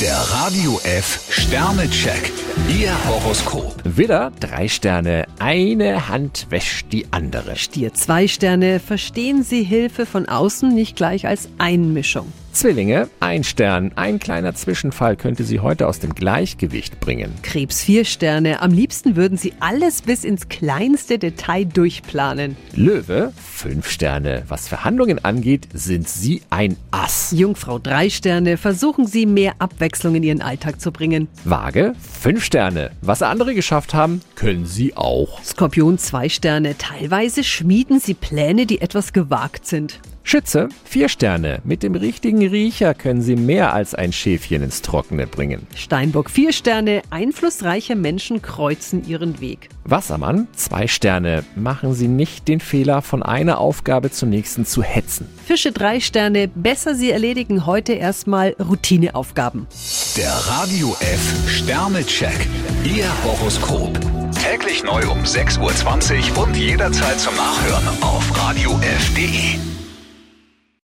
Der Radio F Sternecheck. Ihr Horoskop. Widder, drei Sterne. Eine Hand wäscht die andere. Stier zwei Sterne, verstehen Sie Hilfe von außen nicht gleich als Einmischung. Zwillinge, ein Stern. Ein kleiner Zwischenfall könnte sie heute aus dem Gleichgewicht bringen. Krebs vier Sterne, am liebsten würden Sie alles bis ins kleinste Detail durchplanen. Löwe, fünf Sterne. Was Verhandlungen angeht, sind sie ein Ass. Jungfrau drei Sterne, versuchen Sie mehr Abwechslung in Ihren Alltag zu bringen. Waage, fünf Sterne. Was andere geschafft haben, können sie auch. Skorpion zwei Sterne, teilweise schmieden Sie Pläne, die etwas gewagt sind. Schütze, vier Sterne. Mit dem richtigen Riecher können sie mehr als ein Schäfchen ins Trockene bringen. Steinbock vier Sterne, einflussreiche Menschen kreuzen Ihren Weg. Wassermann, zwei Sterne. Machen Sie nicht den Fehler, von einer Aufgabe zur nächsten zu hetzen. Fische drei Sterne, besser Sie erledigen heute erstmal Routineaufgaben. Der Radio F Sternecheck. Ihr Horoskop. Täglich neu um 6.20 Uhr und jederzeit zum Nachhören auf Radio E. radiof.de.